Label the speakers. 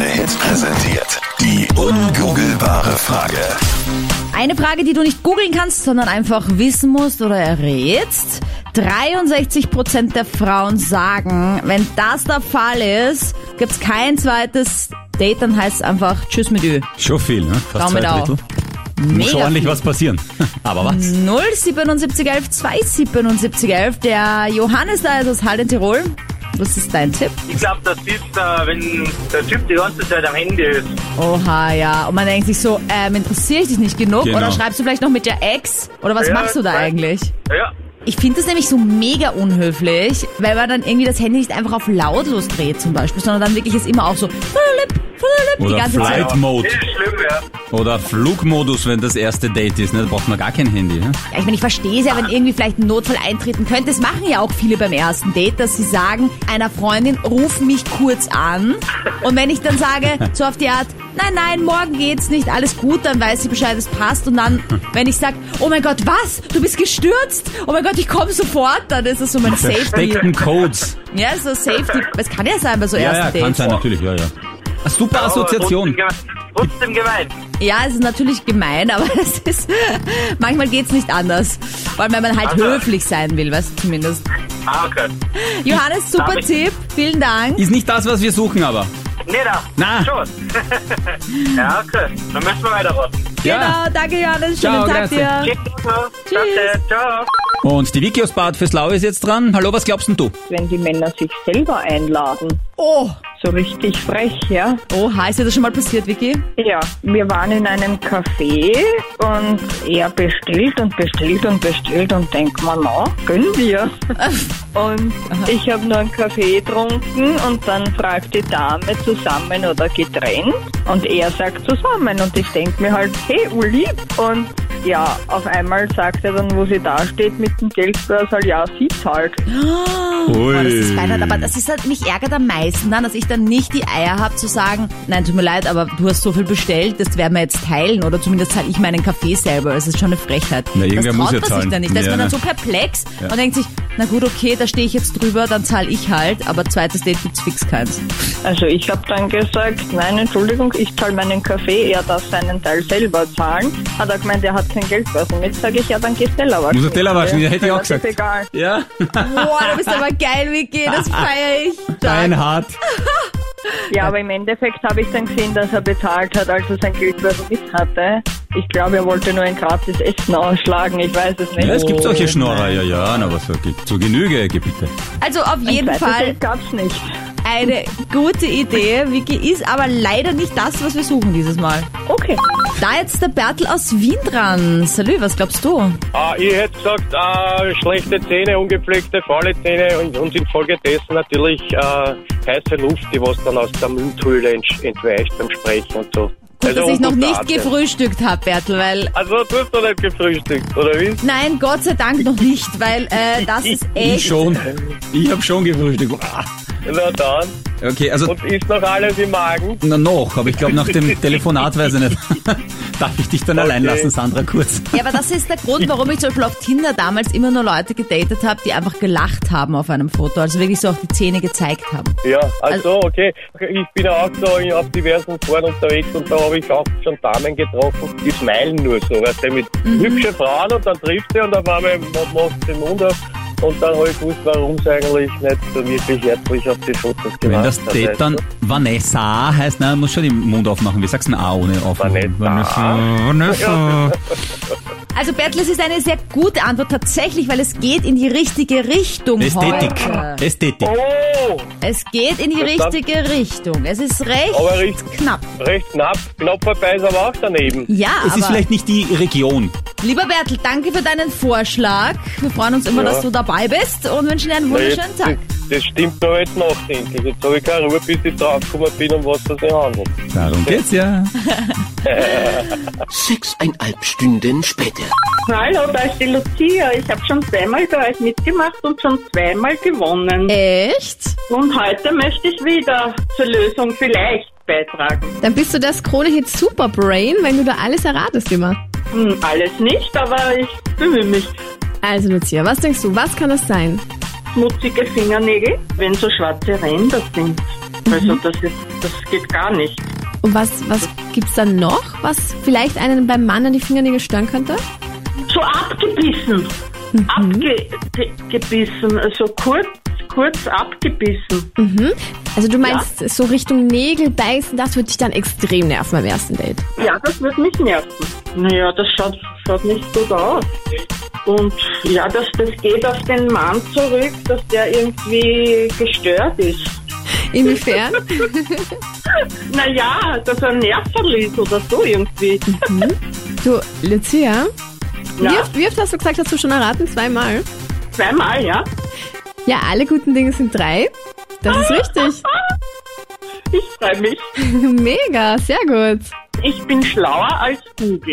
Speaker 1: Hits präsentiert die ungoogelbare Frage.
Speaker 2: Eine Frage, die du nicht googeln kannst, sondern einfach wissen musst oder errätst. 63% der Frauen sagen, wenn das der Fall ist, gibt's kein zweites Date, dann heißt es einfach Tschüss mit Ö.
Speaker 3: Schon viel, ne? Fast
Speaker 2: Daumen
Speaker 3: zwei
Speaker 2: auf.
Speaker 3: Drittel. Muss schon
Speaker 2: Mega
Speaker 3: ordentlich
Speaker 2: viel.
Speaker 3: was passieren. Aber was?
Speaker 2: 07711 27711. Der Johannes da ist aus Hall in Tirol. Was ist dein Tipp?
Speaker 4: Ich glaube, das ist, äh, wenn der Typ die ganze Zeit am Handy ist.
Speaker 2: Oha, ja. Und man denkt sich so, ähm, interessiere ich dich nicht genug?
Speaker 3: Genau.
Speaker 2: Oder schreibst du vielleicht noch mit der Ex? Oder was
Speaker 4: Ja,
Speaker 2: machst du da
Speaker 4: ja.
Speaker 2: eigentlich?
Speaker 4: Ja,
Speaker 2: Ich finde das nämlich so mega unhöflich, weil man dann irgendwie das Handy nicht einfach auf lautlos dreht zum Beispiel, sondern dann wirklich es immer auch so Flip, Flip, die
Speaker 3: Oder
Speaker 2: ganze Zeit.
Speaker 3: Flight Mode.
Speaker 4: das ist schlimm, ja.
Speaker 3: Oder Flugmodus, wenn das erste Date ist. Ne? Da braucht man gar kein Handy. Ne?
Speaker 2: Ja, ich meine, ich verstehe es ja, wenn irgendwie vielleicht ein Notfall eintreten könnte. Das machen ja auch viele beim ersten Date, dass sie sagen, einer Freundin, ruf mich kurz an. Und wenn ich dann sage, so auf die Art, nein, nein, morgen geht's nicht, alles gut, dann weiß sie Bescheid, es passt. Und dann, wenn ich sage, oh mein Gott, was? Du bist gestürzt? Oh mein Gott, ich komme sofort. Dann ist das so mein Safety.
Speaker 3: Versteckten Codes.
Speaker 2: Ja, so Safety. Es kann ja sein bei so
Speaker 3: Ja, ja,
Speaker 2: ersten
Speaker 3: kann
Speaker 2: Dates.
Speaker 3: sein, natürlich. Ja, ja. Eine super
Speaker 4: Aber
Speaker 3: Assoziation.
Speaker 4: Trotzdem gemein. Trotzdem gemein.
Speaker 2: Ja, es ist natürlich gemein, aber es ist, manchmal geht's nicht anders. Vor allem, wenn man halt
Speaker 4: Also-
Speaker 2: höflich sein will, weißt du zumindest.
Speaker 4: Ah, okay.
Speaker 2: Johannes, super
Speaker 4: Darf ich-
Speaker 2: Tipp. Vielen Dank.
Speaker 3: Ist nicht das, was wir suchen, aber.
Speaker 4: Nee, da.
Speaker 3: Na.
Speaker 4: Schon. ja, okay. Dann müssen wir weiter raten.
Speaker 2: Genau, danke Johannes. Schönen
Speaker 3: Ciao,
Speaker 2: Tag
Speaker 3: grazie.
Speaker 2: dir.
Speaker 4: Tschüss. Danke. Ciao.
Speaker 2: Genau.
Speaker 3: Und die Vicky aus Bad Fürslau ist jetzt dran. Hallo, was glaubst denn du?
Speaker 5: wenn die Männer sich selber einladen.
Speaker 2: Oh,
Speaker 5: So richtig frech, ja?
Speaker 2: oha, Oh, ist dir das schon mal passiert, Vicky?
Speaker 5: Ja, wir waren in einem Café und er bestellt und bestellt und bestellt und denkt man, na, gönn wir. Und ich habe nur einen Kaffee getrunken und dann fragt die Dame zusammen oder getrennt und er sagt zusammen und ich denke mir halt, hey, urlieb. Und ja, auf einmal sagt er dann, wo sie da steht mit dem Geldbörsel, ja, sie zahlt.
Speaker 2: Boah, das ist Feinheit, aber das ist halt, mich ärgert am meisten dann, dass ich dann nicht die Eier habe zu sagen, nein, tut mir leid, aber du hast so viel bestellt, das werden wir jetzt teilen oder zumindest zahle ich meinen Kaffee selber. Es ist schon eine Frechheit.
Speaker 3: Na,
Speaker 2: das
Speaker 3: irgendwer
Speaker 2: traut
Speaker 3: muss ja
Speaker 2: man sich
Speaker 3: zahlen.
Speaker 2: dann nicht. Da ist
Speaker 3: Ja,
Speaker 2: man dann
Speaker 3: ne?
Speaker 2: so perplex
Speaker 3: Ja.
Speaker 2: und denkt sich, na gut, okay, da stehe ich jetzt drüber, dann zahle ich halt, aber zweites Date gibt's fix keins.
Speaker 5: Also ich habe dann gesagt, nein, Entschuldigung, ich zahle meinen Kaffee, er darf seinen Teil selber zahlen. Hat er gemeint, er hat kein Geld waschen. Jetzt sage ich, ja, dann gehst Teller waschen.
Speaker 3: Muss er Teller waschen, ja, hätte ich auch
Speaker 5: Das ist
Speaker 3: gesagt.
Speaker 5: Egal.
Speaker 3: Ja?
Speaker 2: Boah, du bist aber geil, Vicky, das feiere ich.
Speaker 3: Dein Hart.
Speaker 5: Ja, aber im Endeffekt habe ich dann gesehen, dass er bezahlt hat, also sein Geld waschen mit hatte. Ich glaube, er wollte nur ein gratis Essen ausschlagen, ich weiß es nicht.
Speaker 3: Ja, es gibt solche Schnorrer, ja, ja, na, was gibt zu Genüge, Gebiete.
Speaker 2: Also auf jeden
Speaker 5: Zweites
Speaker 2: Fall
Speaker 5: Geld gab's nicht.
Speaker 2: eine gute Idee, Vicky, ist aber leider nicht das, was wir suchen dieses Mal.
Speaker 5: Okay.
Speaker 2: Da jetzt der Bertel aus Wien dran. Salü, was glaubst du?
Speaker 6: Ah, ich hätte gesagt, äh, schlechte Zähne, ungepflegte, faule Zähne und, und infolgedessen natürlich äh, heiße Luft, die was dann aus der Mundhöhle ent- entweicht beim Sprechen und so.
Speaker 2: Gut, dass ich noch nicht
Speaker 6: Atem.
Speaker 2: gefrühstückt habe, Bertel, weil...
Speaker 6: Also du hast doch nicht gefrühstückt, oder wie?
Speaker 2: Nein, Gott sei Dank noch nicht, weil äh, das ist
Speaker 3: Ich
Speaker 2: echt...
Speaker 3: schon. Ich hab schon gefrühstückt. Ah.
Speaker 6: Na dann.
Speaker 3: Okay, also,
Speaker 6: Und ist noch alles im Magen?
Speaker 3: na noch, aber ich glaube, nach dem Telefonat weiß ich nicht. Darf ich dich dann allein
Speaker 6: Okay.
Speaker 3: lassen, Sandra, kurz?
Speaker 2: Ja, aber das ist der Grund, warum ich zum Beispiel auf Tinder damals immer nur Leute gedatet habe, die einfach gelacht haben auf einem Foto, also wirklich so auch die Zähne gezeigt haben.
Speaker 6: Ja, also okay. Ich bin auch so in- auf diversen Foren unterwegs und da habe ich auch schon Damen getroffen, die smilen nur so, weißt du, mit
Speaker 2: Mhm.
Speaker 6: hübsche Frauen und dann trifft sie und auf einmal ma- macht sie den Mund auf und dann habe ich gewusst, warum sie eigentlich nicht so wirklich herzlich auf die Fotos gemacht
Speaker 3: Wenn das
Speaker 6: hat,
Speaker 3: Date
Speaker 6: weißt
Speaker 3: dann
Speaker 6: du.
Speaker 3: Vanessa heißt, nein, muss schon den Mund aufmachen. Wie sagst du ein A ohne aufmachen?
Speaker 6: Vanessa.
Speaker 3: Vanessa.
Speaker 2: Also Bertel, es ist eine sehr gute Antwort tatsächlich, weil es geht in die richtige Richtung
Speaker 3: Ästhetik.
Speaker 2: heute.
Speaker 3: Ästhetik.
Speaker 6: Oh,
Speaker 2: Es geht in die
Speaker 6: Verstanden.
Speaker 2: richtige Richtung. Es ist recht
Speaker 6: Aber richtig.
Speaker 2: knapp.
Speaker 6: recht knapp, knapp vorbei ist aber auch daneben.
Speaker 2: Ja,
Speaker 3: Es
Speaker 2: aber
Speaker 3: ist vielleicht nicht die Region.
Speaker 2: lieber Bertel, danke für deinen Vorschlag. Wir freuen uns immer,
Speaker 6: Ja.
Speaker 2: dass du dabei bist und wünschen dir einen
Speaker 6: Na, jetzt-
Speaker 2: wunderschönen Tag.
Speaker 6: Das, das stimmt aber jetzt nachdenklich. Jetzt habe ich keine Ruhe, bis ich draufgekommen bin, um was das hier handelt.
Speaker 3: Darum geht's ja.
Speaker 7: Sechseinhalb Stunden später.
Speaker 8: Hallo, da ist die Lucia. Ich habe schon zweimal bei euch mitgemacht und schon zweimal gewonnen.
Speaker 2: Äh. Echt?
Speaker 8: Und heute möchte ich wieder zur Lösung vielleicht beitragen.
Speaker 9: Dann bist du das Krone-Hit Superbrain, wenn du da alles erratest immer.
Speaker 8: Hm, alles nicht, aber ich bemühe mich.
Speaker 9: Also Lucia, was denkst du, was kann das sein?
Speaker 8: Schmutzige Fingernägel, wenn so schwarze Ränder sind. Also das, ist, das geht gar nicht.
Speaker 2: Und was, was gibt's dann noch, was vielleicht einen beim Mann an die Fingernägel stören könnte?
Speaker 8: So abgebissen. Abgebissen. Also kurz, kurz abgebissen.
Speaker 2: Also du meinst so Richtung Nägel beißen, das würde dich dann extrem nerven beim ersten Date.
Speaker 8: Ja, das wird mich nerven. Naja, das schaut, schaut nicht gut aus. Und ja, das, das geht auf den Mann zurück, dass der irgendwie gestört ist.
Speaker 2: Inwiefern?
Speaker 8: Naja, dass er Nerven ist oder so irgendwie.
Speaker 2: du, Lucia,
Speaker 8: Ja,
Speaker 2: wie, oft, wie oft hast du gesagt, hast du schon erraten? Zweimal?
Speaker 8: zweimal, ja.
Speaker 2: Ja, alle guten Dinge sind drei. Das
Speaker 6: Ah.
Speaker 2: ist richtig.
Speaker 8: Ich freue mich.
Speaker 2: Mega, sehr gut.
Speaker 8: Ich bin schlauer als Google.